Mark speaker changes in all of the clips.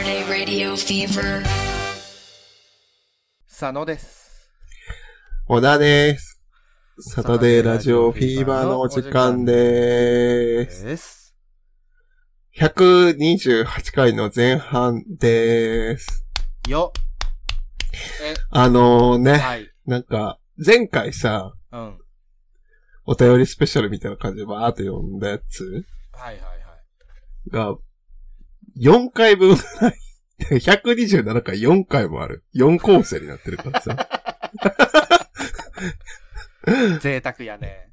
Speaker 1: Radio Fever.
Speaker 2: 佐野です。
Speaker 3: 小田です。サタデーラジオフィーバーのお時間でーす。
Speaker 2: です。
Speaker 3: 128回の前半でーす。
Speaker 2: よ。
Speaker 3: あのー
Speaker 2: え、
Speaker 3: ね、
Speaker 2: はい。
Speaker 3: なんか、前回さ、
Speaker 2: うん。はい
Speaker 3: お便りスペシャルみたいな感じでバーって読んだやつ
Speaker 2: はいはい。
Speaker 3: が、4回分ぐらい。127回4回もある。4構成になってるからさ。
Speaker 2: 贅沢やね。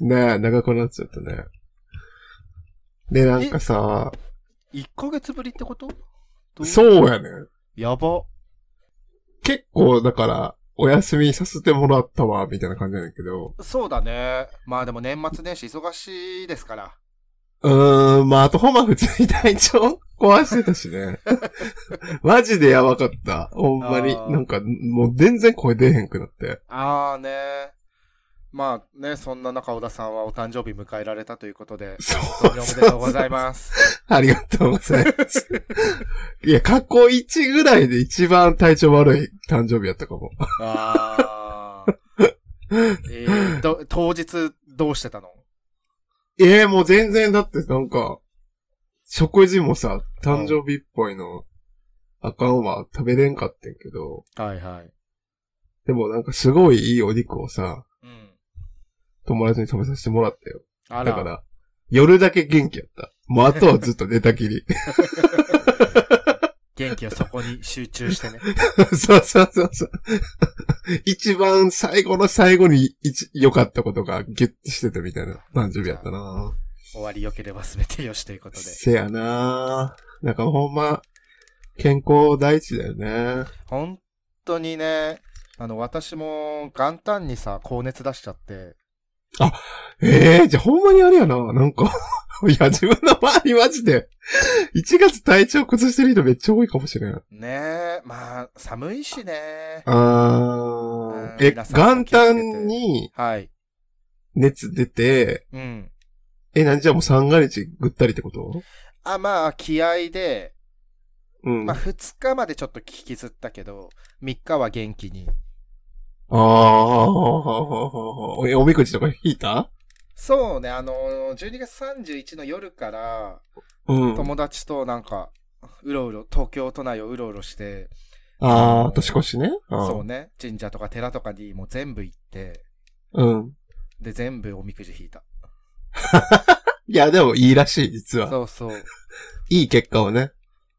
Speaker 3: ねえ、長くなっちゃったね。で、なんかさ、
Speaker 2: 1ヶ月ぶりってことう。
Speaker 3: そうやねん。
Speaker 2: やば。
Speaker 3: 結構、だから、お休みさせてもらったわ、みたいな感じなんだけど。
Speaker 2: そうだね。まあでも年末年始忙しいですから。
Speaker 3: うーん、まあ、あとほんま普通に体調 壊してたし ね。マジでやばかった。ほんまに。
Speaker 2: あー
Speaker 3: なんか、もう全然声出えへんくなって。
Speaker 2: あーね。まあね、そんな中、小田さんはお誕生日迎えられたということで、
Speaker 3: そ
Speaker 2: おめ
Speaker 3: う。
Speaker 2: でとうございます。
Speaker 3: ありがとうございます。いや、過去1ぐらいで一番体調悪い誕生日やったかも。
Speaker 2: あー。えー、ど当日どうしてたの
Speaker 3: ええもう全然だってなんか、食事もさ、誕生日っぽいの、あかんわ、食べれんかってんけど。
Speaker 2: はいはい。
Speaker 3: でもなんかすごいいいお肉をさ、
Speaker 2: うん。
Speaker 3: 友達に食べさせてもらったよ。
Speaker 2: あ
Speaker 3: だから、夜だけ元気やった。もうあとはずっと寝たきり。
Speaker 2: 元気をそこに集中してね。
Speaker 3: そうそうそうそう。一番最後の最後に一良かったことがギュッてしてたみたいな誕生日やったな
Speaker 2: 終わり良ければ全て良しということで。
Speaker 3: せやななんかほんま、健康第一だよね。
Speaker 2: 本当にね、あの、私も元旦にさ、高熱出しちゃって、
Speaker 3: ええじゃあほんまにあれやななんか。 いや、自分の周りマジで、1月体調崩してる人めっちゃ多いかもしれん。
Speaker 2: ねえ、まあ、寒いしね。
Speaker 3: あ
Speaker 2: うん
Speaker 3: ーえ、
Speaker 2: 皆さんも
Speaker 3: 元
Speaker 2: 気をつけて
Speaker 3: 旦に
Speaker 2: はい。
Speaker 3: 熱出て、
Speaker 2: うん。
Speaker 3: え、なんじゃあもう三が日ぐったりってこと
Speaker 2: あ、まあ、気合で、
Speaker 3: うん。
Speaker 2: まあ、
Speaker 3: あ
Speaker 2: 2日までちょっと引きずったけど、3日は元気に。
Speaker 3: あー、おえおみくじとか引いた
Speaker 2: そうね、あの、12月31の夜から、
Speaker 3: うん。
Speaker 2: 友達となんか、うろうろ、東京都内をうろうろして、
Speaker 3: ああ、年越しね。あー
Speaker 2: そうね、神社とか寺とかにもう全部行って、
Speaker 3: うん。
Speaker 2: で、全部おみくじ引いた。
Speaker 3: いや、でもいいらしい、実は。
Speaker 2: そうそう。
Speaker 3: いい結果をね。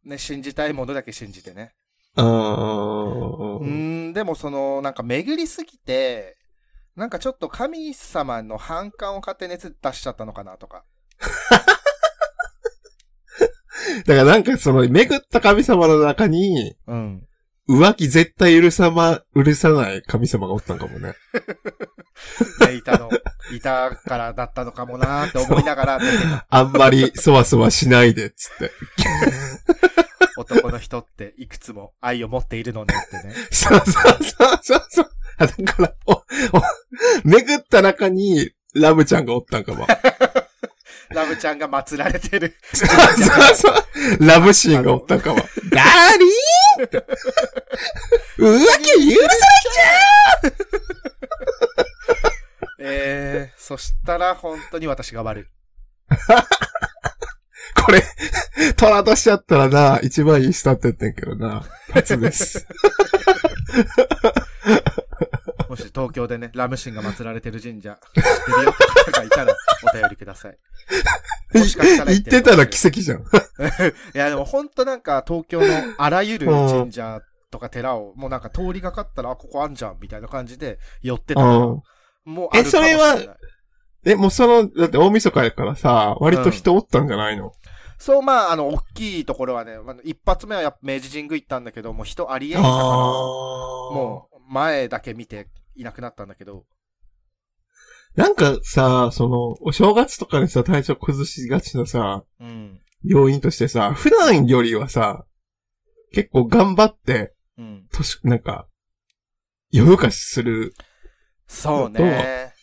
Speaker 2: ね、信じたいものだけ信じてね。
Speaker 3: あー
Speaker 2: う
Speaker 3: う
Speaker 2: ー
Speaker 3: ん。
Speaker 2: ん、でもその、なんか巡りすぎて、なんかちょっと神様の反感を買って熱出しちゃったのかなとか。
Speaker 3: だからなんかその、巡った神様の中に、
Speaker 2: うん。
Speaker 3: 浮気絶対許さま、許さない神様がおったん かもね。
Speaker 2: で、いたの、 いたからだったのかもなーって思いなが ら、
Speaker 3: あんまり、そわそわしないで、つって。
Speaker 2: 男の人っていくつも愛を持っているのねってね。
Speaker 3: そうそうそうそうそう。あだから、お、お、巡った中に、ラムちゃんがおったんかも。
Speaker 2: ラブちゃんが祀られて る。
Speaker 3: そうそうそう。ラブシーンがおったんかも。ダーリーって。浮気許さ
Speaker 2: えー、そしたら本当に私が悪い。
Speaker 3: これ、トラとしちゃったらな、一番いいスタってってんけどな。罰です。
Speaker 2: もし東京でね、ラムシンが祀られてる神社、知ってるよって方がいたらお便りくださ い。もしかしたら
Speaker 3: 言ってたら奇跡じゃん。
Speaker 2: いや、でも本当なんか東 京のあらゆる神社とか寺を、もうなんか通りがかったら、あ、ここあんじゃん、みたいな感じで寄ってたら、
Speaker 3: うん
Speaker 2: もうあるかもしれない。
Speaker 3: えそれえ、もうその、だって大晦日やからさ、割と人おったんじゃないの、
Speaker 2: そう、まあ、あの、大きいところはね、まあ一発目はやっぱ明治神宮行ったんだけど、もう人ありえん
Speaker 3: あ
Speaker 2: か
Speaker 3: あ
Speaker 2: ら、もう前だけ見ていなくなったんだけど、
Speaker 3: なんかさ、その、お正月とかにさ、体調崩しがちなさ、
Speaker 2: うん、
Speaker 3: 要因としてさ、普段よりはさ、結構頑張って、
Speaker 2: うん。
Speaker 3: 年、なんか、夜更かしする。
Speaker 2: そうね。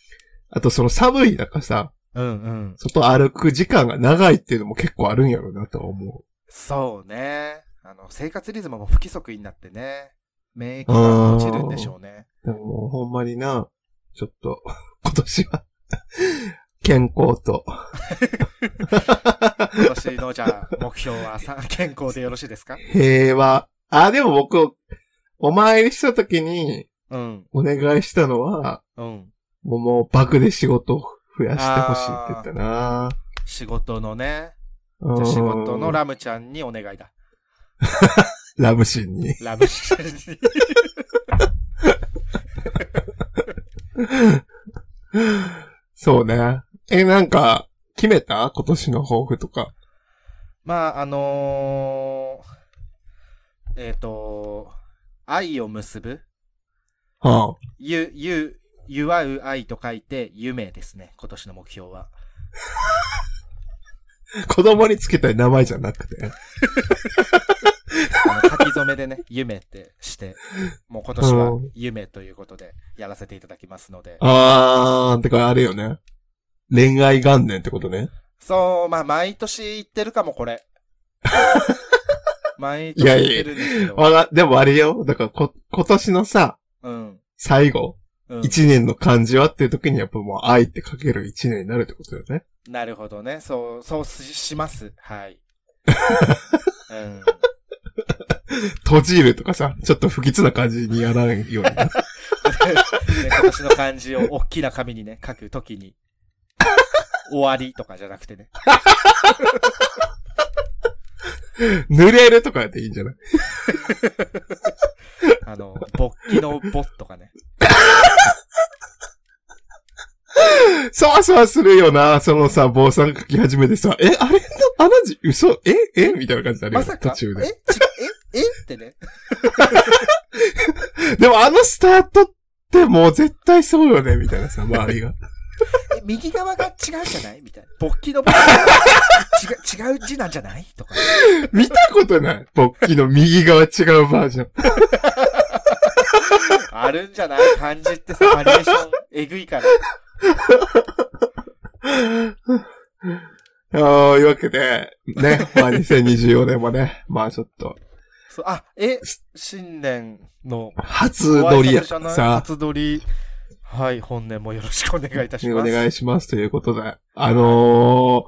Speaker 3: あとその寒い中さ、
Speaker 2: うんうん。
Speaker 3: 外歩く時間が長いっていうのも結構あるんやろうなとは思
Speaker 2: そうね。あの、生活リズムも不規則になってね、免疫が落ちるんでしょうね。
Speaker 3: でももうほんまにな、ちょっと、 今年は、健康と、
Speaker 2: 今年のじゃあ、目標はさ健康でよろしいですか
Speaker 3: 平和。あ、でも僕、お参りした時に
Speaker 2: うん、
Speaker 3: お願いしたのは、
Speaker 2: うん。
Speaker 3: もうもうバグで仕事を増やしてほしいって言ったな。
Speaker 2: 仕事のね、
Speaker 3: う
Speaker 2: じゃあ
Speaker 3: ん
Speaker 2: 仕事のラムちゃんにお願いだ。
Speaker 3: ラブシーンに。
Speaker 2: ラムちゃんに。
Speaker 3: そうね。え、なんか、決めた今年の抱負とか。
Speaker 2: まあ、あのー、えっ、と、愛を結ぶ、
Speaker 3: は
Speaker 2: ゆ、ゆ、祝う愛と書いて、夢ですね。今年の目標は。
Speaker 3: あ、子供につけたい名前じゃなくて。
Speaker 2: あの書き初めでね、夢ってして、もう今年は夢ということで、やらせていただきますので。
Speaker 3: あー、てかあれよね。恋愛元年ってことね。
Speaker 2: そう、まあ、毎年言ってるかも、こ れ。毎年言ってるんですけど。
Speaker 3: あら、でもあれよ。だからこ、今年のさ、
Speaker 2: うん。
Speaker 3: 最後、
Speaker 2: うん、
Speaker 3: 一年の漢字はっていう時にやっぱもう愛って書ける一年になるってことだよね。
Speaker 2: なるほどね。そう、そうしします。 はい。うん。
Speaker 3: 閉じるとかさ、ちょっと不吉な感じにやらないようにね。
Speaker 2: ね、今年の漢字を大きな紙にね、書くときに、終わりとかじゃなくてね。
Speaker 3: 濡れるとかやっていいんじゃない
Speaker 2: あの、勃起の勃とかね。
Speaker 3: そわそわするよな、そのさ、坊さん書き始めてさ、え、あれの、あの字、嘘、え、えみたいな感じになるよ
Speaker 2: まさか
Speaker 3: 途中
Speaker 2: え
Speaker 3: で。
Speaker 2: ちええってね。
Speaker 3: でもあのスタートってもう絶対そうよね、みたいなさ、周り が。
Speaker 2: え右側が違うんじゃないみたいな。勃起の勃。違う違う 字なんじゃないとか。
Speaker 3: 見たことない。勃起の右側違うバージョン。
Speaker 2: あるんじゃない漢字ってさ、バリエーション、えぐいから。
Speaker 3: ああ、いうわけで、ね、まあ2024年もね、 まあちょっと、
Speaker 2: そう、あ、え、新年の、
Speaker 3: 初撮り
Speaker 2: ご挨
Speaker 3: やか
Speaker 2: 拶じゃな
Speaker 3: ら
Speaker 2: い
Speaker 3: さ、
Speaker 2: 初撮り。はい、本年もよろしくお願いいたし
Speaker 3: お
Speaker 2: ます。
Speaker 3: 願いしますということで、あの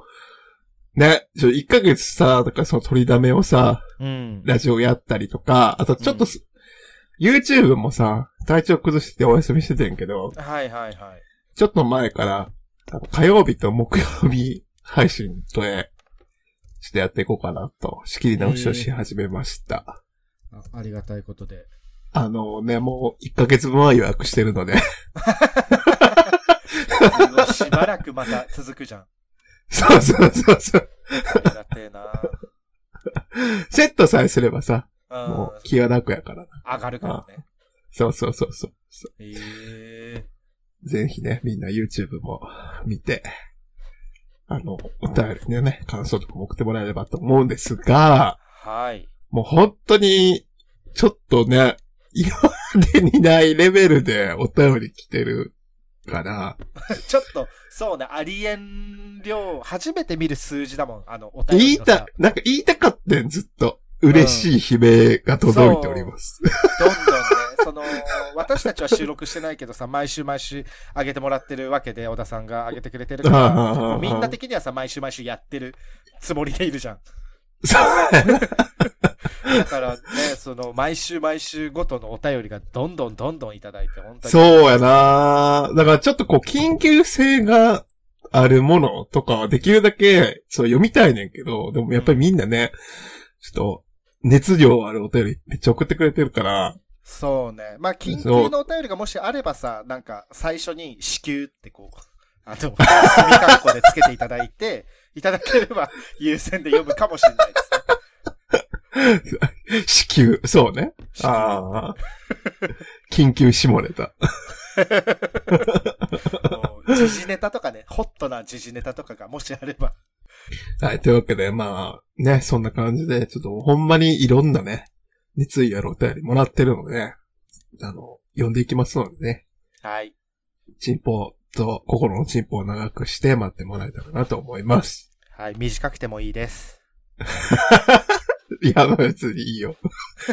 Speaker 3: ー、ね、ちょ、1ヶ月さ、だからその取りだめをさ、
Speaker 2: うん。
Speaker 3: ラジオやったりとか、あとちょっとす、YouTube もさ、体調崩しててお休みしててんけど、
Speaker 2: はいはいはい。
Speaker 3: ちょっと前から、あの火曜日と木曜日配信とね、ちょっとやっていこうかなと、仕切り直しをし始めました。
Speaker 2: あありがたいことで。
Speaker 3: あのね、もう1ヶ月分は予約してるので。
Speaker 2: しばらくまた続くじゃん。
Speaker 3: そうそうそうそう。
Speaker 2: ありがてえな。
Speaker 3: セットさえすればさ、
Speaker 2: うん。
Speaker 3: もう気は楽やからな。
Speaker 2: 上がるからね。
Speaker 3: そうそうそうそうそ
Speaker 2: ええ
Speaker 3: う。ぜひね、みんな YouTube も見て、あの、お便りのね、感想とかも送ってもらえればと思うんですが、
Speaker 2: はい。
Speaker 3: もう本当に、ちょっとね、今までにないレベルでお便り来てるから、
Speaker 2: ちょっと、そうね、ありえん量、初めて見る数字だもん。あの、お便
Speaker 3: 言い
Speaker 2: りのさ
Speaker 3: た、なんか言いたかったんずっと。嬉しい悲鳴が届いております。
Speaker 2: どんどんね、その、私たちは収録してないけどさ、毎週毎週上げてもらってるわけで、小田さんが上げてくれてるか
Speaker 3: はい はいはいはい
Speaker 2: ら、みんな的にはさ、毎週毎週やってるつもりでいるじゃん。
Speaker 3: そう
Speaker 2: だからね、その、毎週毎週ごとのお便りがどんどんどんどんいただいて、本当に。
Speaker 3: そうやなだからちょっとこう、緊急性があるものとかはできるだけ、そう読みたいねんけど、でもやっぱりみんなね、ちょっと、熱量あるお便りめっちゃ送ってくれてるから、
Speaker 2: そうね。まあ、緊急のお便りがもしあればさ、なんか、最初に支給ってこう、あの、隅かっこでつけていただいて、いただければ優先で読むかもしれないですね。
Speaker 3: 至急、そうね。
Speaker 2: 支給
Speaker 3: ああ。緊急下ネタ。
Speaker 2: もう時事ネタとかね、 ホットな時事ネタとかがもしあれば。
Speaker 3: はい、というわけで、まあ、ね、そんな感じで、ちょっとほんまにいろんなね、熱意あるお便りもらってるので、ね、あの、読んでいきますのでね。
Speaker 2: はい。
Speaker 3: チンポと心のチンポを長くして待ってもらえたらなと思います。
Speaker 2: はい、短くてもいいです。
Speaker 3: いや、別にいいよ。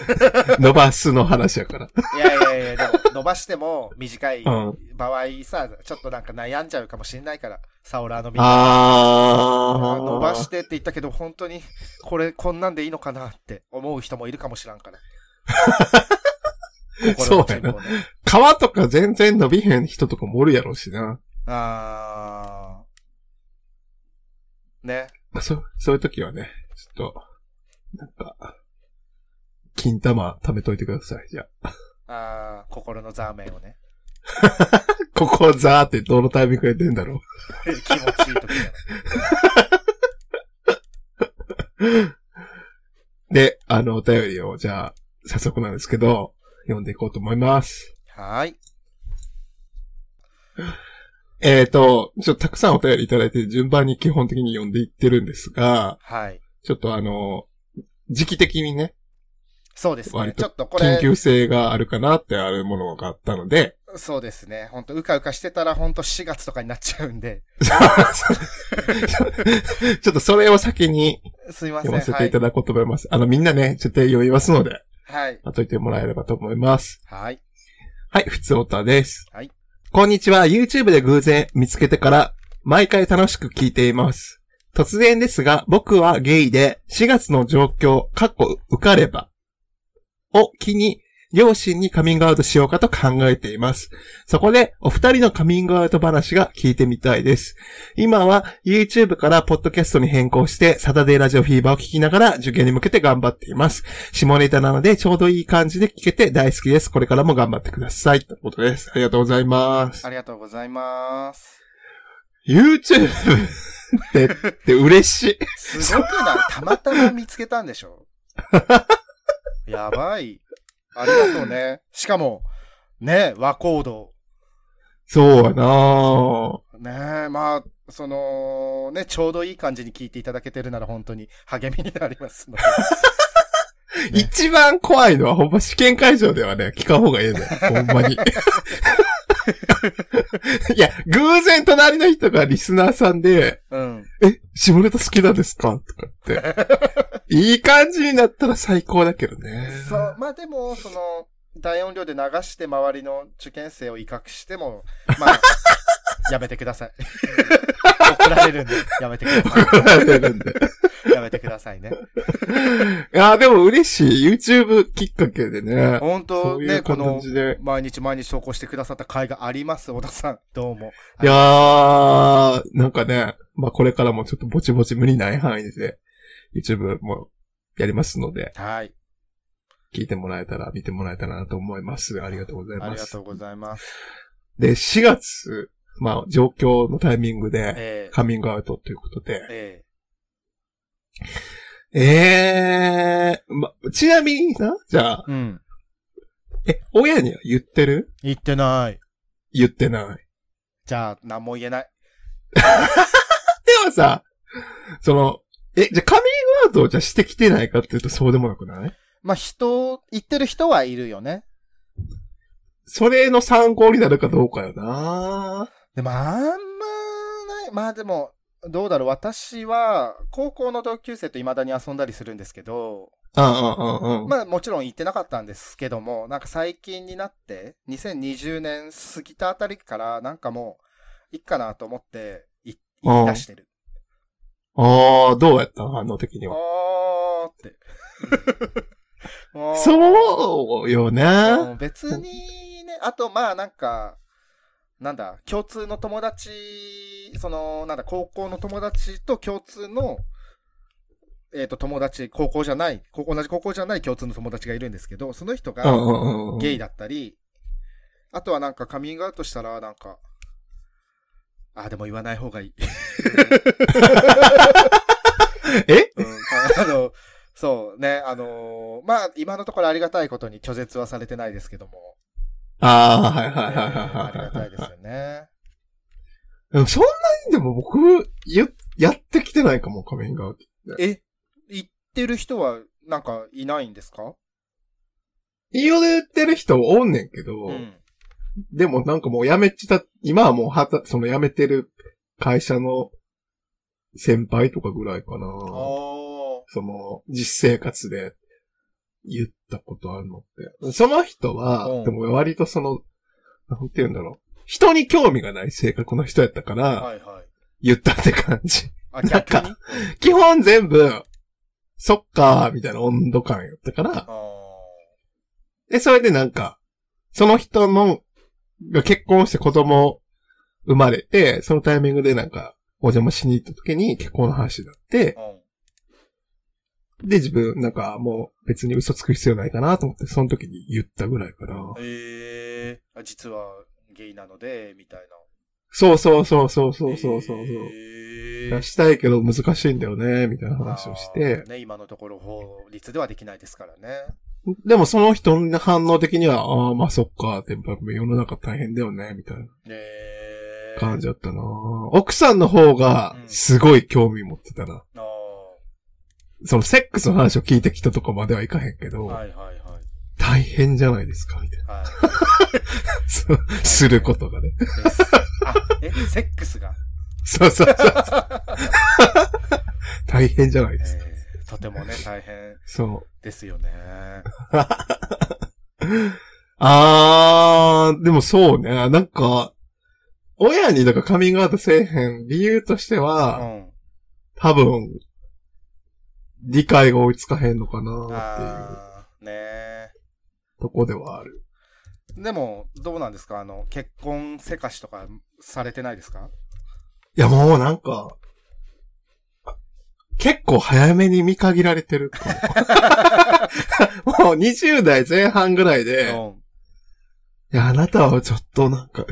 Speaker 3: 伸ばすの話やから。
Speaker 2: いやいやいや、でも伸ばしても短い
Speaker 3: うん。
Speaker 2: 場合さ、ちょっとなんか悩んじゃうかもしれないから、サオラーのみんな。
Speaker 3: あー。
Speaker 2: 伸ばしてって言ったけど、本当に、これ、こんなんでいいのかなって思う人もいるかもしらん から。心の準備をね
Speaker 3: 皮とか全然伸びへん人とかもおるやろうしな。
Speaker 2: あー。ね。
Speaker 3: そ、そういう時はね、ちょっと、なんか、金玉貯めといてください。じゃあ、
Speaker 2: あー、心のザーメンをね。
Speaker 3: ここザーってどのタイミングで出んだろ
Speaker 2: 気持ちいい時だね
Speaker 3: う。で、あの、お便りを、じゃあ、早速なんですけど、読んでいこうと思います。
Speaker 2: はーい。
Speaker 3: えーと、ちょっとたくさんお便りいただいて、順番に基本的に読んでいってるんですが、
Speaker 2: はい。
Speaker 3: ちょっとあの、時期的にね、
Speaker 2: そうですね。
Speaker 3: 割と
Speaker 2: ちょっとこれ
Speaker 3: 緊、急性があるかなってあるものがあった ので、
Speaker 2: そうですね。ほんと、うかうかしてたらほんと4月とかになっちゃうんで、
Speaker 3: ちょっとそれを先に
Speaker 2: すいません。
Speaker 3: 読ませ
Speaker 2: は
Speaker 3: てい
Speaker 2: い
Speaker 3: た。だこうと思います。あの、みんなね、絶対読みますので、
Speaker 2: はい。
Speaker 3: まといてもらえればと思います。
Speaker 2: はい。
Speaker 3: はい、ふつおたです。
Speaker 2: はい。
Speaker 3: こんにちは、YouTube で偶然見つけてから、毎回楽しく聞いています。突然ですが、僕はゲイで、4月の状況、かっこ受かれば、を機に、両親にカミングアウトしようかと考えています。そこで、お二人のカミングアウト話が聞いてみたいです。今は YouTube からポッドキャストに変更して、サタデーラジオフィーバーを聞きながら受験に向けて頑張っています。下ネタなのでちょうどいい感じで聞けて大好きです。これからも頑張ってください。ということです。ありがとうございます
Speaker 2: あ。りがとうございます。
Speaker 3: YouTube って、って嬉しい。
Speaker 2: すごくないたまたま見つけたんでし ょやばい。ありがとうね。しかも、ね、和コード。
Speaker 3: そうやなぁ。
Speaker 2: ねえ、まあ、その、ね、ちょうどいい感じに聞いていただけてるなら本当に励みになりますので。ね
Speaker 3: 一番怖いのはほんま試験会場ではね、聞かん方がいいね。ほんまに。い や、偶然隣の人がリスナーさんで、
Speaker 2: うん。
Speaker 3: え、下ネタ好きなんですかとかって。いい感じになったら最高だけどね。
Speaker 2: そう、まあでも、その、大音量で流して周りの受験生を威嚇して も、まあ、やめてください。怒られるんで、やめてくださ
Speaker 3: 怒られるんで。
Speaker 2: い。やめてくださいね。
Speaker 3: いや、でも嬉しい。YouTube きっかけでね。
Speaker 2: 本当
Speaker 3: そうい
Speaker 2: ね、
Speaker 3: う
Speaker 2: この
Speaker 3: 感、じで。
Speaker 2: 毎日毎日投稿してくださった甲斐があります、小田さん。どうも。
Speaker 3: いやー、なんかね、まあこれからもちょっとぼちぼち無理ない範囲で、YouTube もやりますので、
Speaker 2: はい。
Speaker 3: 聞いてもらえたら、見てもらえたらなと思います。ありがとうござい
Speaker 2: あ
Speaker 3: ま
Speaker 2: りが
Speaker 3: す
Speaker 2: と。うございます。
Speaker 3: で、4月、まあ状況のタイミングで、
Speaker 2: えー
Speaker 3: カミングアウトということで、
Speaker 2: え
Speaker 3: ええま、ちなみにな、じゃあ、
Speaker 2: ーうん。
Speaker 3: え、親には言ってる
Speaker 2: 言ってない。
Speaker 3: 言ってない。
Speaker 2: じゃあ、何も言えない。
Speaker 3: でもさ、その、え、じゃあカミングアウトをじゃあしてきてないかっていうとそうでもなくない
Speaker 2: まあ、人、言ってる人はいるよね。
Speaker 3: それの参考になるかどうかよな
Speaker 2: でも、あんまない。まあでも、どうだろう。私は、高校の同級生と未だに遊んだりするんですけど、
Speaker 3: うんうんうんうん。
Speaker 2: まあもちろん行ってなかったんですけども、なんか最近になって、2020年過ぎたあたりから、なんかもう、いっかなと思って、い言い出してる。
Speaker 3: ああ、どうやった反応的には。
Speaker 2: おーって。も
Speaker 3: そうよね。
Speaker 2: もう別にね、あとまあなんか、なんだ、共通の友達、その、なんだ、高校の友達と共通の、えっ、と、友達、高校じゃない、高校同じ高校じゃない共通の友達がいるんですけど、その人
Speaker 3: う
Speaker 2: が
Speaker 3: んうんうんうん。
Speaker 2: ゲイだったり、あとはなんかカミングアウトしたら、なんか、あ、でも言わない方がいい。
Speaker 3: え
Speaker 2: うん、 あの、そうね、あのーまあ、今のところありがたいことに拒絶はされてないですけども。
Speaker 3: ああ、はいはいはいはい
Speaker 2: ありが
Speaker 3: は
Speaker 2: た
Speaker 3: い
Speaker 2: いですよね。
Speaker 3: でもそんなにでも僕、や、やってきてないかも、カミングアウト。
Speaker 2: え、言ってる人はなんかいないんですか
Speaker 3: 言いようで言ってる人おんねんけど、
Speaker 2: うん。
Speaker 3: でもなんかもう辞めちた、今はもうはた、その辞めてる会社の先輩とかぐらいかな。
Speaker 2: ああ。
Speaker 3: その、実生活で言ったことあるのって。その人は、
Speaker 2: うん
Speaker 3: でも割とその、なんて言うんだろう。人に興味がない性格の人やったから、
Speaker 2: はいはい。
Speaker 3: 言ったって感じ。
Speaker 2: あ、逆に
Speaker 3: なん基本全部、そっかー、みたいな温度感やったから、
Speaker 2: あ
Speaker 3: で、それでなんか、その人の、が結婚して子供生まれて、そのタイミングでなんか、お邪魔しに行った時に結婚の話になって
Speaker 2: ー、うん。
Speaker 3: で、自分、なんか、もう別に嘘つく必要ないかなと思って、その時に言ったぐらいかな。
Speaker 2: ええあ実はゲイなので、みたいな。
Speaker 3: そうそうそうそうそうそうそう。
Speaker 2: え
Speaker 3: 出したいけど難しいんだよね、みたいな話をして。
Speaker 2: ね、今のところ法律ではできないですからね。
Speaker 3: でもその人の反応的には、ああ、まあそっか、って、やっぱ世の中大変だよね、みたいな
Speaker 2: ええ
Speaker 3: 感じだったな。奥さんの方が、すごい興味持ってたな。
Speaker 2: ああ
Speaker 3: そのセックスの話を聞いてきたとこまではいかへんけど、
Speaker 2: はいはいはい。
Speaker 3: 大変じゃないですか、みたいな。
Speaker 2: はい。
Speaker 3: そう することがね。
Speaker 2: ですあ、え、セックスが、
Speaker 3: そうそうそうそう。 大変じゃない
Speaker 2: え
Speaker 3: ですか。
Speaker 2: ーとてもね、大変
Speaker 3: そう。
Speaker 2: ですよね。
Speaker 3: あー、でもそうね。なんか、親にだからカミングアウトせえへん理由として
Speaker 2: う
Speaker 3: は、
Speaker 2: ん。
Speaker 3: 多分、理解が追いつかへんのかなっていう
Speaker 2: あーねえ。
Speaker 3: とこではある。
Speaker 2: でも、どうなんですかあの、結婚せかしとかされてないですか
Speaker 3: いや、もうなんか、結構早めに見限ら れてるかも。もう20代前半ぐらいで、
Speaker 2: うん。
Speaker 3: いや、あなたはちょっとなんか、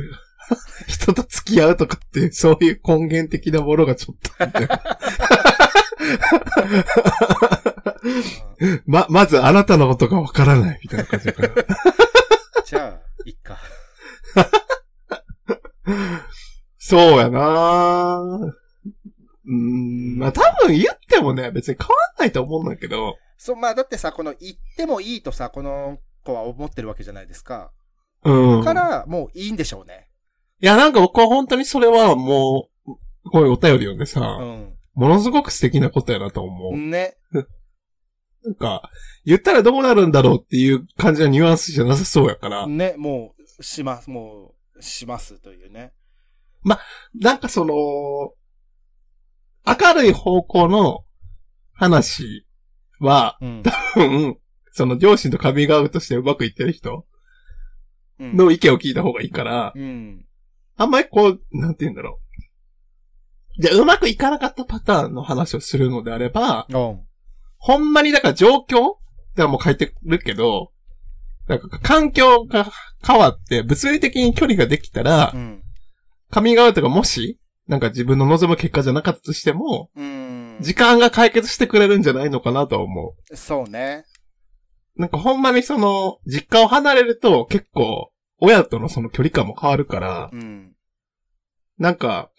Speaker 3: 人と付き合うとかっていう、そういう根源的なものがちょっと、みたいなま、まずあなたのことがわからない、みたいな感じだから。
Speaker 2: じゃあ、いっか。
Speaker 3: そうやなぁうーん、まあ、多分言ってもね、別に変わんないと思うんだけど、
Speaker 2: そう、まあだってさ、この言ってもいいとさ、この子は思ってるわけじゃないですか。
Speaker 3: うん。
Speaker 2: から、もういいんでしょうね。
Speaker 3: いや、なんか僕は本当にそれはもう、こういうお便り読んでさ、
Speaker 2: う
Speaker 3: ものすごく素敵なことやなと思う。
Speaker 2: ん。ね。
Speaker 3: なんか、言ったらどうなるんだろうっていう感じのニュアンスじゃなさそうやから、
Speaker 2: ね、もう、します、もう、しますというね。
Speaker 3: なんかその、明るい方向の話は、
Speaker 2: うん。
Speaker 3: うん、その両親とカミングアウトしてうまくいってる人
Speaker 2: うん
Speaker 3: の意見を聞いた方がいいから、
Speaker 2: うん。
Speaker 3: あんまりこう、なんて言うんだろう。じゃあ、うまくいかなかったパターンの話をするのであれば、
Speaker 2: うん。
Speaker 3: ほんまにだから状況ではもう変えてるけど、なんか環境が変わって物理的に距離ができたら
Speaker 2: う、ん。
Speaker 3: カミングアウトがもし、なんか自分の望む結果じゃなかったとしても、
Speaker 2: うん。
Speaker 3: 時間が解決してくれるんじゃないのかなとは思
Speaker 2: そうね。
Speaker 3: う。なんかほんまにその、実家を離れると結構、親とのその距離感も変わるから、
Speaker 2: うん。
Speaker 3: なんか、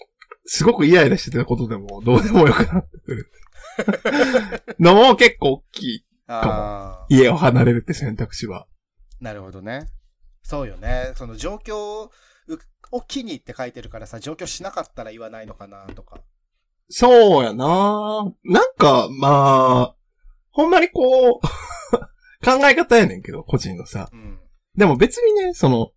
Speaker 3: すごくイライラしてたことでも、どうでもよくなってくる。のも結構大きい。
Speaker 2: ああ。
Speaker 3: 家を離れるって選択肢は。
Speaker 2: なるほどね。そうよね。その状況をを機にって書いてるからさ、状況しなかったら言わないのかなとか。
Speaker 3: そうやななんか、まあ、ほんまにこう、 考え方やねんけど、個人のさ。
Speaker 2: うん。
Speaker 3: でも別にね、その、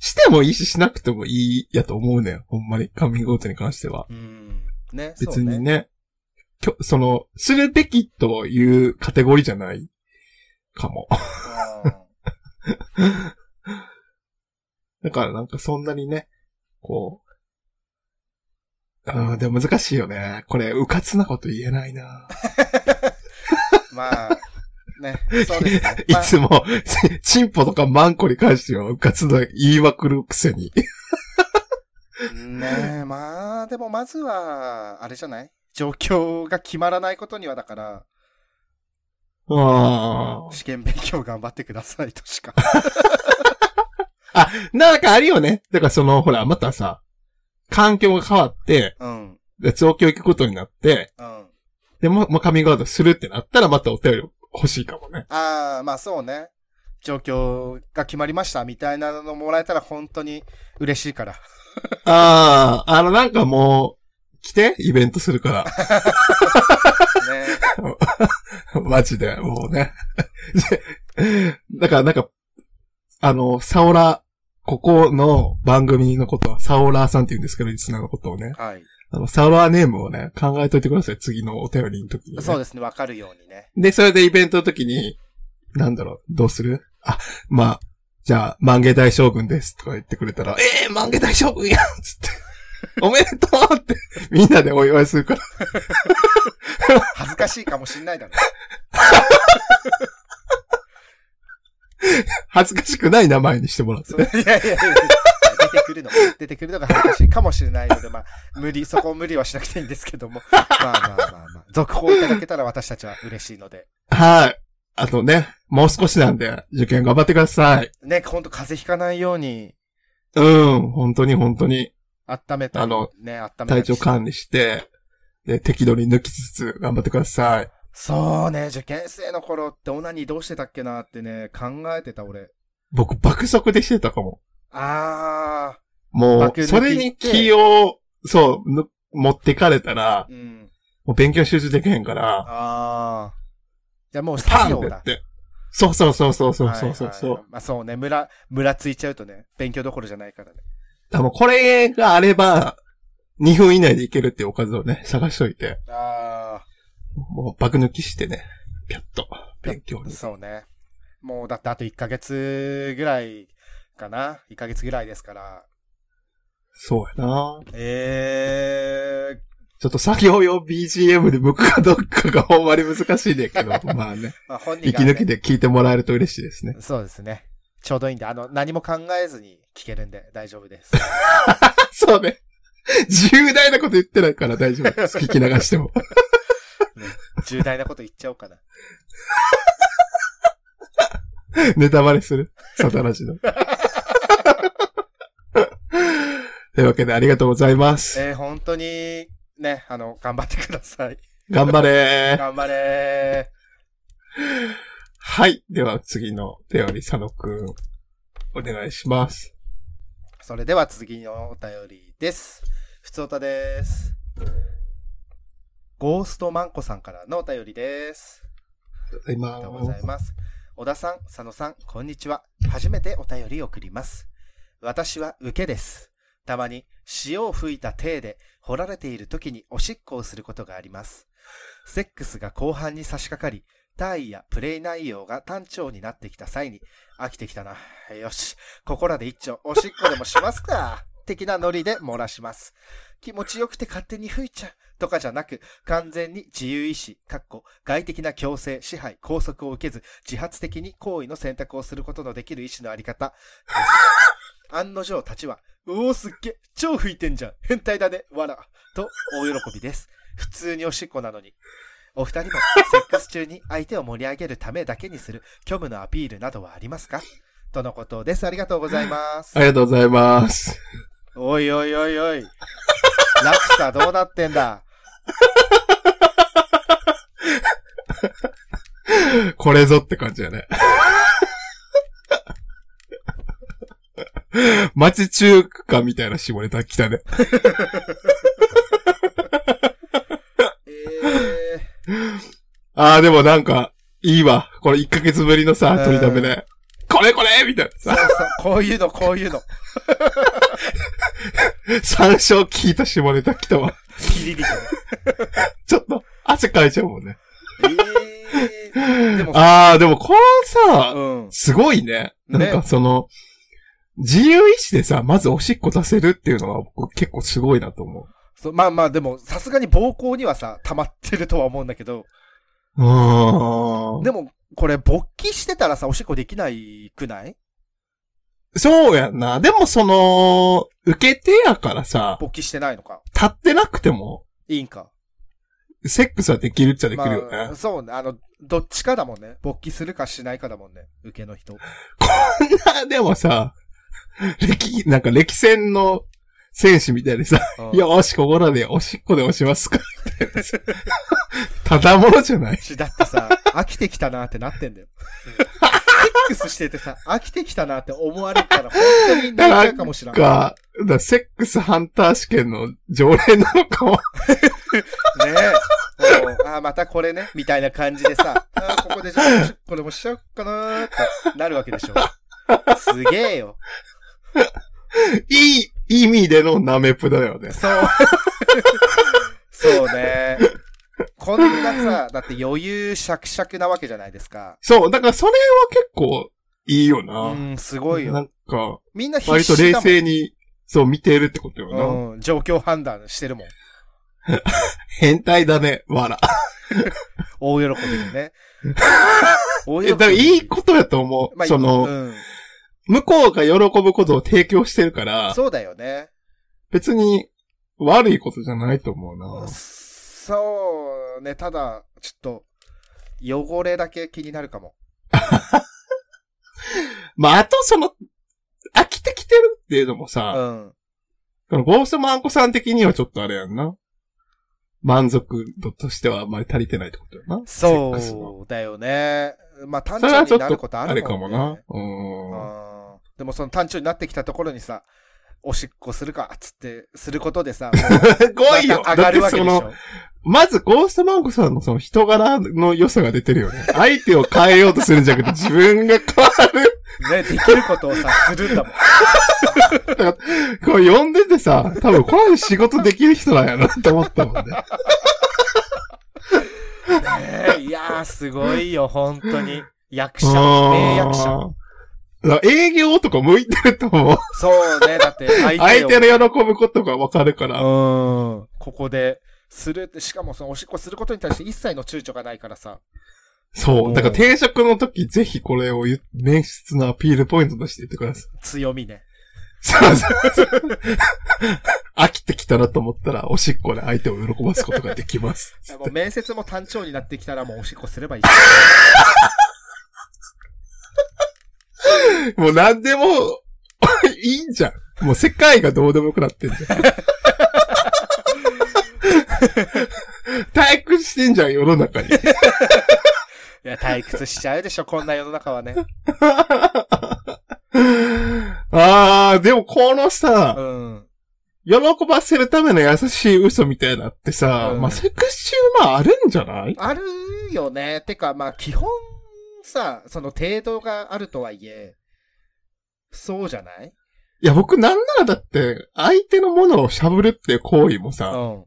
Speaker 3: してもいいし、しなくてもいいやと思うねん。ほんまに、カミングアウトに関しては。
Speaker 2: うん。ね。
Speaker 3: 別
Speaker 2: そう
Speaker 3: にね、きょその、するべきというカテゴリーじゃないかも。 だからなんかそんなにね、こう、ああ、でも難しいよね。これ、うかつなこと言えな いな。
Speaker 2: うんまあ、ね。そうですね
Speaker 3: 。い
Speaker 2: まあ
Speaker 3: つも、ちチンポとかマンコに関しては、うかつな言いまくるく せに。
Speaker 2: ねえ、まあ、でもまずは、あれじゃない状況が決まらないことには、だから、
Speaker 3: あ
Speaker 2: 試験勉強頑張ってくださいとしか。
Speaker 3: あ。なんかあるよね。だからその、ほら、またさ、環境が変わって、
Speaker 2: うん、
Speaker 3: で、東京行くことになって、
Speaker 2: うん。あ
Speaker 3: で、もう、もうカミングアウトするってなったら、またお便り欲しいかもね。
Speaker 2: あ、まあそうね。状況が決まりましたみたいなのもらえたら本当に嬉しいから。
Speaker 3: ああ、あの、なんかもう、来て、イベントするか
Speaker 2: ね。
Speaker 3: ら。マジで、もうね。でだからなんか、あの、サオラ、ここの番組のことはサオラーさんって言うんですけど、リスナーのことをね。
Speaker 2: はい。
Speaker 3: あの、サオラーネームをね、考えといてください。次のお便りの時に、ね。
Speaker 2: そうですね、わかるようにね。
Speaker 3: で、それでイベントの時に、なんだろう、どうするあ、まあ、じゃあ、万華大将軍ですとか言ってくれたら、ええー、万華大将軍やんつ って、おめでとうって、みんなでお祝いするから。
Speaker 2: 恥ずかしいかもしんないだろ
Speaker 3: 恥ずかしくない名前にしてもらっ
Speaker 2: そ
Speaker 3: て
Speaker 2: うい
Speaker 3: ね。
Speaker 2: やいやいや。出て くるの、出てくるのが恥ずかしいかもしれないので、まあ、無理、そこを無理はしなくていいんですけど も。まあまあまあまあ。続報いただけたら私たちは嬉しいので。
Speaker 3: はい。あとね、もう少しなんで、受験頑張ってください。
Speaker 2: ね、ほんと風邪ひかないように、
Speaker 3: うん、本当に本当に、
Speaker 2: 温めたり
Speaker 3: あの、
Speaker 2: ね、温めたり
Speaker 3: 体
Speaker 2: して
Speaker 3: 調管理して、で、適度に抜きつつ頑張ってください。
Speaker 2: そうね、受験生の頃ってオナニーどうしてたっけなってね、考えてた俺。
Speaker 3: 僕、爆速でしてたかも。
Speaker 2: あ
Speaker 3: も
Speaker 2: 爆
Speaker 3: う、
Speaker 2: 抜き
Speaker 3: それに気を、そう、ぬ持ってかれたら
Speaker 2: ー、、うん。
Speaker 3: もう勉強集中できへんから、
Speaker 2: あー。じゃあもう
Speaker 3: パ
Speaker 2: 作
Speaker 3: ンっ
Speaker 2: 業
Speaker 3: てや
Speaker 2: だ
Speaker 3: っ。て。そうそうそうそうそうそうそう。
Speaker 2: はいはいまあそうね、ムラ、ムラついちゃうとね、勉強どころじゃないからね。
Speaker 3: でもこれがあれば、2分以内でいけるっていうおかずをね、探しといて、
Speaker 2: あ
Speaker 3: もう爆抜きしてね、ぴょっと、勉強
Speaker 2: あ、
Speaker 3: に。
Speaker 2: そうね。もうだってあと1ヶ月ぐらいかな ?1 ヶ月ぐらいですから。
Speaker 3: そうやな
Speaker 2: ええ
Speaker 3: ちょっと作業用 BGM で向くかどうかがほんまに難しいねんけ ど、まあね、
Speaker 2: ー、まあ本人が、
Speaker 3: 息
Speaker 2: ね。
Speaker 3: 抜きで聞いてもらえると嬉しいですね。
Speaker 2: そうですね。ちょうどいいんで、あの、何も考えずに聞けるんで大丈夫 です。
Speaker 3: そうね。重大なこと言ってないから 大丈夫です。聞き流しても。
Speaker 2: 重大なこと言っちゃおうかな。
Speaker 3: ネタバレするサタラジ の。というわけでありがとうございます。
Speaker 2: えー、本当に、ね、あの、頑張ってください。
Speaker 3: 頑張れ ー。
Speaker 2: 頑張れ
Speaker 3: はい。では次の手より佐野くん、お願いします。
Speaker 2: ー。それでは次のお便りです。ふつおたです。ゴーストマンコさんからのお便りです。
Speaker 3: ありが
Speaker 2: ありがと
Speaker 3: とう
Speaker 2: う
Speaker 3: ご
Speaker 2: ご
Speaker 3: ざ
Speaker 2: ざ
Speaker 3: い
Speaker 2: い
Speaker 3: ま
Speaker 2: ます。小田さん、佐野さん、こんにちは。初めてお便りを送ります。私は受けです。たまに潮を吹いた手で掘られている時におしっこをすることがあります。セックスが後半に差し掛かり、体位やプレイ内容が単調になってきた際に、飽きてきたな。よし、ここらで一丁、おしっこでもしますか。的なノリで漏らします。気持ちよくて勝手に吹いちゃうとかじゃなく、完全に自由意志、かっこ外的な強制、支配、拘束を受けず、自発的に行為の選択をすることのできる意志のあり方 です。案の定たちは、うおすっげ、超吹いてんじゃん、変態だね、わら、と大喜びです。普通におしっこなのに。お二人も、セックス中に相手を盛り上げるためだけにする虚無のアピールなどはありますかとのことです。ありがとうございます
Speaker 3: す。あ。りがとうございます。
Speaker 2: おいおいおいおい。 落差どうなってんだ
Speaker 3: これぞって感じだね。 町中華みたいな下ネタ来たね。
Speaker 2: えー、
Speaker 3: ああ、でもなんか、いいわ。これ1ヶ月ぶりのさ、取りためね。これこれみたいな
Speaker 2: そう
Speaker 3: さ、
Speaker 2: そう、こういうの、こういうの。
Speaker 3: 参照聞いた下ネタ来たわ。
Speaker 2: ピリリと
Speaker 3: ちょっと、汗かいちゃうもんね。
Speaker 2: ね。えー、でも、
Speaker 3: ああ、でもこのさ、
Speaker 2: うん。
Speaker 3: すごいね。な
Speaker 2: ね
Speaker 3: んかその、自由意志でさ、まずおしっこ出せるっていうのは僕結構すごいなと思う。
Speaker 2: そうまあまあ、でも、さすがに暴行にはさ、溜まってるとは思うんだけど、
Speaker 3: うーん。
Speaker 2: でも、これ、勃起してたらさ、おしっこできないくない
Speaker 3: そうやんな。でもその、受け手やからさ、
Speaker 2: 勃起してないのか。
Speaker 3: 立ってなくても、
Speaker 2: いいんか。
Speaker 3: セックスはできるっちゃできるよね。
Speaker 2: まあ、そうね。あの、どっちかだもんね。勃起するかしないかだもんね。受けの人。
Speaker 3: なでもさ、歴、なんか歴戦の選手みたいでさ、
Speaker 2: うん
Speaker 3: よーし、ここ らでおしっこで押しますかみたいなさ。ただものじゃない。
Speaker 2: し、だってさ、飽きてきたなってなって んだよ。セックスしててさ、飽きてきたなって思われたら本当に
Speaker 3: だ
Speaker 2: 嫌
Speaker 3: か
Speaker 2: いかもしれ
Speaker 3: ら、
Speaker 2: ない。
Speaker 3: かだからセックスハンター試験の条例なのかも。
Speaker 2: ねえ。もうあーまたこれね、みたいな感じで さ、あーここでじゃあ、これもしちゃおっかなーってなるわけでしょ。すげえよ。
Speaker 3: いい意味でのナメプだよね。
Speaker 2: そう。そうね。こんなさ、だって余裕しゃくしゃくなわけじゃないですか。
Speaker 3: そう、だからそれは結構いいよな。
Speaker 2: うん、すごい
Speaker 3: な
Speaker 2: よ。
Speaker 3: んか、
Speaker 2: みんな必
Speaker 3: 割と
Speaker 2: 死
Speaker 3: 冷
Speaker 2: だもん
Speaker 3: 静に、そう見てるってことよな。
Speaker 2: うん、状況判断してるもん。
Speaker 3: 変態だね、わら。
Speaker 2: 大喜びでね。大
Speaker 3: えだからいいことやと思う。
Speaker 2: まあ
Speaker 3: その、
Speaker 2: うん
Speaker 3: 向こうが喜ぶことを提供してるから、
Speaker 2: そうだよね。
Speaker 3: 別に悪いことじゃないと思うな。
Speaker 2: そうね、ただ、ちょっと、汚れだけ気になるかも。
Speaker 3: まあ、あとその、飽きてきてるっていうのも
Speaker 2: う
Speaker 3: さ、
Speaker 2: ん。
Speaker 3: このゴーストマンコさん的にはちょっとあれやんな。満足度としてはあんまり足りてないってことやな。セックスは
Speaker 2: そうだよね。まあ、単
Speaker 3: それは
Speaker 2: 調
Speaker 3: ちょ
Speaker 2: に
Speaker 3: っ
Speaker 2: なる
Speaker 3: と
Speaker 2: ことあ
Speaker 3: あ
Speaker 2: る
Speaker 3: れ
Speaker 2: も
Speaker 3: か
Speaker 2: ん
Speaker 3: も
Speaker 2: ね
Speaker 3: な。うん。
Speaker 2: うんでもその単調になってきたところにさ、おしっこするか、つって、することで さ、もう
Speaker 3: すごいよ
Speaker 2: また上がるわけでし
Speaker 3: だって
Speaker 2: ょ。
Speaker 3: その、まずゴーストマンコさんのその人柄の良さが出てるよね。 相手を変えようとするんじゃなくて自分が変わる。
Speaker 2: ね、できることをさ、するんだもん。
Speaker 3: これ呼んでてさ、多分この人仕事できる人なんやなって思ったもんね。
Speaker 2: ねえいやー、すごいよ、本当に。役者、名役者。
Speaker 3: うんだから営業とか向いてると思う。
Speaker 2: そうね、だって相手を
Speaker 3: 相手の喜ぶことがわかるから。
Speaker 2: うん。ここで、するって、しかもそのおしっこすることに対して一切の躊躇がないからさ。
Speaker 3: そうう。
Speaker 2: ん
Speaker 3: だから定食の時、ぜひこれを言う面接のアピールポイントとして言ってください。
Speaker 2: 強み ね。
Speaker 3: そうそうそう飽きてきたなと思ったら、おしっこで相手を喜ばすことができます。
Speaker 2: もう面接も単調になってきたらもうおしっこすればいい。
Speaker 3: もう何でも、 いいんじゃん。もう世界がどうでもよくなってんじゃん。退屈してんじゃん、世の中に。
Speaker 2: いや、退屈しちゃうでしょ、こんな世の中はね。
Speaker 3: あー、でもこのさ
Speaker 2: う、ん。
Speaker 3: 喜ばせるための優しい嘘みたいなってさ、
Speaker 2: うん
Speaker 3: まあ、セクシーはあるんじゃない
Speaker 2: あるよね。てか、まあ、基本さ、その程度があるとはいえ、そうじゃない
Speaker 3: いや、僕なんならだって、相手のものをしゃぶるっていう行為も
Speaker 2: う
Speaker 3: さ、
Speaker 2: ん。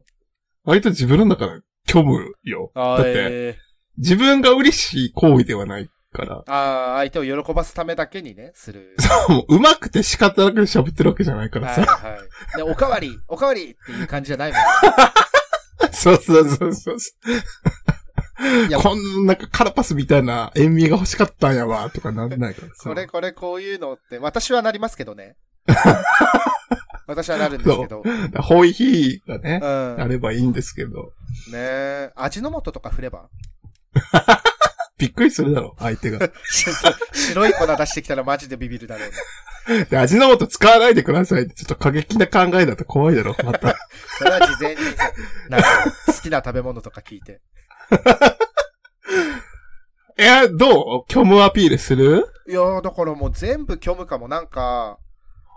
Speaker 3: 割と自分の中で虚無よ。
Speaker 2: あ
Speaker 3: だって
Speaker 2: えー
Speaker 3: 自分が嬉しい行為ではないから。
Speaker 2: あー、相手を喜ばすためだけにね、する。
Speaker 3: もう、うまくて仕方なくしゃぶってるわけじゃないから
Speaker 2: はい
Speaker 3: さ。
Speaker 2: はい。で、おかわり、おかわりっていう感じじゃないもんね。
Speaker 3: そうそうそうそうそ
Speaker 2: いや
Speaker 3: う。こんな、なんかカラパスみたいな塩味が欲しかったんやわ、とかなんないからさ。
Speaker 2: これこれこういうのって、私はなりますけど ね。私はなるんですけど。うん。
Speaker 3: ホイヒーがね、あ
Speaker 2: ね
Speaker 3: ればいいんですけど。
Speaker 2: え、味の素とか振れば
Speaker 3: びっくりするだろ、相手が。
Speaker 2: 白い粉出してきたらマジでビビるだろうね。
Speaker 3: で味の素使わないでくださいって、ちょっと過激な考えだと怖いだろ、また。
Speaker 2: それは事前にさ、なんか好きな食べ物とか聞いて。
Speaker 3: いや、どう虚無アピールする
Speaker 2: いやー、だからもう全部虚無かも。なんか、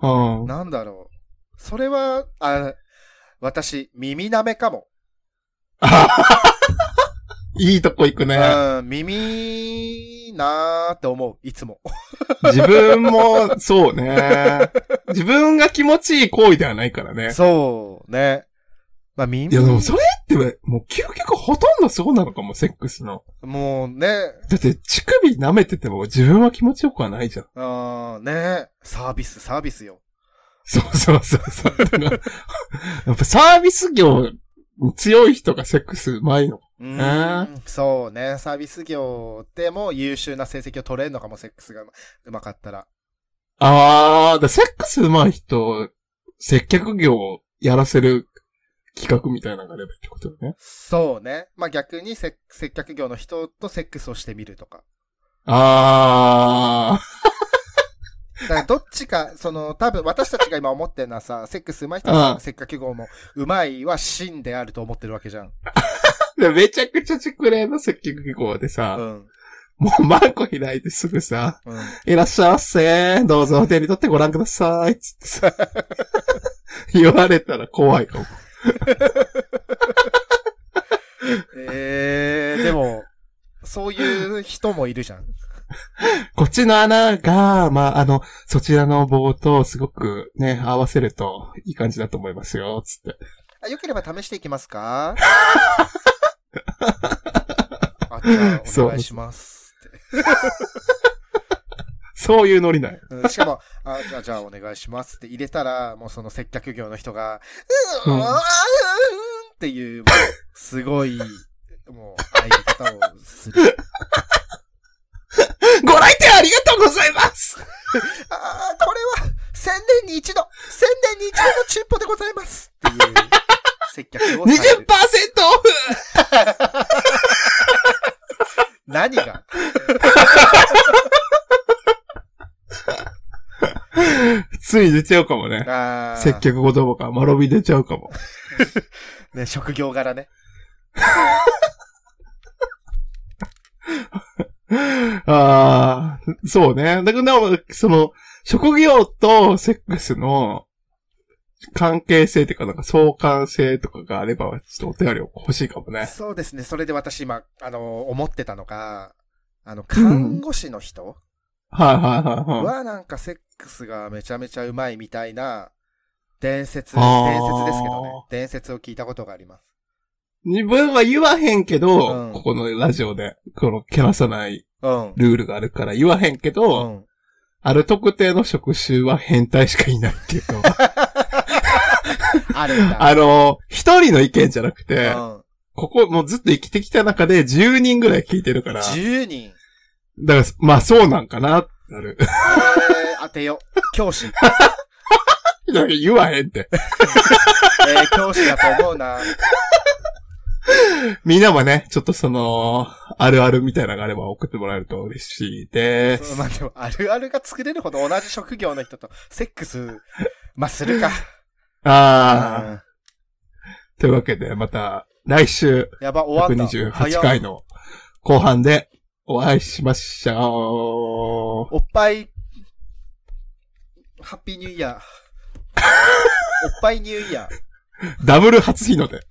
Speaker 3: うん。
Speaker 2: なんだろう。それは、あ、私、耳舐めかも。
Speaker 3: いいとこ行 くね。
Speaker 2: うん、耳なーって思う。いつも。
Speaker 3: 自分も、そうね。自分が気持ちいい行為ではないからね。
Speaker 2: そう、ね。まあ、耳
Speaker 3: いや、でもそれって、もう究極ほとんどそうなのかも、セックスの。
Speaker 2: もうね、
Speaker 3: だって、乳首舐めてても自分は気持ちよくはないじゃん。
Speaker 2: あーねサービス、サービスよ。
Speaker 3: そうそうそうそう。だから やっぱサービス業に強い人がセックスうまいの。
Speaker 2: うーん。そうね。サービス業でも優秀な成績を取れるのかも、セックスがうまかったら。
Speaker 3: あー、だからセックスうまい人、接客業をやらせる企画みたいなのがあればいいってことよね。
Speaker 2: そうね。まあ、逆にせ、接客業の人とセックスをしてみるとか。
Speaker 3: あ
Speaker 2: だから、どっちか、 その、多分、私たちが今思ってるのはさ、セックスうまい人は
Speaker 3: う
Speaker 2: さ
Speaker 3: ん
Speaker 2: 接客業もうまいは真であると思ってるわけじゃん。
Speaker 3: でめちゃくちゃ熟練の接客技巧で
Speaker 2: う
Speaker 3: さ、
Speaker 2: ん。
Speaker 3: もうマンコ開いてすぐさ、
Speaker 2: うん。
Speaker 3: いらっしゃいませ、どうぞお手に取ってご覧ください、つってさ、言われたら怖いかも。
Speaker 2: えー、でも、そういう人もいるじゃん。
Speaker 3: こっちの穴が、まあ、あの、そちらの棒とすごくね、合わせるといい感じだと思いますよ、つって。
Speaker 2: あ、よければ試していきますかあ、じゃあ、お願いしますって。
Speaker 3: そういうノリなんよ
Speaker 2: うんしかも、あ、じゃあ、じゃあお願いしますって入れたら、もうその接客業の人が、うーん、
Speaker 3: うん
Speaker 2: うーんっていう、もうすごい、もう、入り方をする。
Speaker 3: ご来店ありがとうございます
Speaker 2: ああ、これは、千年に一度、千年に一度のチンポでございますっていう、接客を
Speaker 3: !20%
Speaker 2: される。
Speaker 3: オフ
Speaker 2: 何が
Speaker 3: つい出ちゃうかもね。
Speaker 2: あー
Speaker 3: 接客言葉がまろび出ちゃうかも。
Speaker 2: ね、職業柄ね。
Speaker 3: ああ、そうね。だから、その、職業とセックスの関係性っていうか、なんか相関性とかがあれば、ちょっとお便りを欲しいかもね。
Speaker 2: そうですね。それで私今、あの、思ってたのが、あの、看護師の人、
Speaker 3: はいはいはいはい。
Speaker 2: はなんかセックスがめちゃめちゃうまいみたいな伝説、
Speaker 3: あー
Speaker 2: 伝説ですけどね。伝説を聞いたことがあります。
Speaker 3: 自分は言わへんけど、
Speaker 2: うん
Speaker 3: ここのラジオで、この、けなさない
Speaker 2: うん。
Speaker 3: ルールがあるから言わへんけ
Speaker 2: う
Speaker 3: ど、
Speaker 2: ん。
Speaker 3: ある特定の職種は変態しかいないっていうの は
Speaker 2: あるんだ。
Speaker 3: あの、一人の意見じゃなく
Speaker 2: う
Speaker 3: て、
Speaker 2: ん。
Speaker 3: ここもうずっと生きてきた中で10人ぐらい聞いてるから、
Speaker 2: 10人。
Speaker 3: だから、まあそうなんかな、なる。
Speaker 2: えー、当てよ。教師。え
Speaker 3: いや言わへんって。
Speaker 2: ー、教師だと思う な。
Speaker 3: みんなもね、ちょっとその、あるあるみたいなのがあれば送ってもらえると嬉しいです。
Speaker 2: そうまあでも、あるあるが作れるほど同じ職業の人とセックス、まあするか。
Speaker 3: ああ、
Speaker 2: うん
Speaker 3: というわけで、また来週、
Speaker 2: やば、終わった。
Speaker 3: 128
Speaker 2: 早っ
Speaker 3: 回の後半でお会いしましょう。
Speaker 2: おっぱい、ハッピーニューイヤー。おっぱいニューイヤー。
Speaker 3: ダブル初日の出。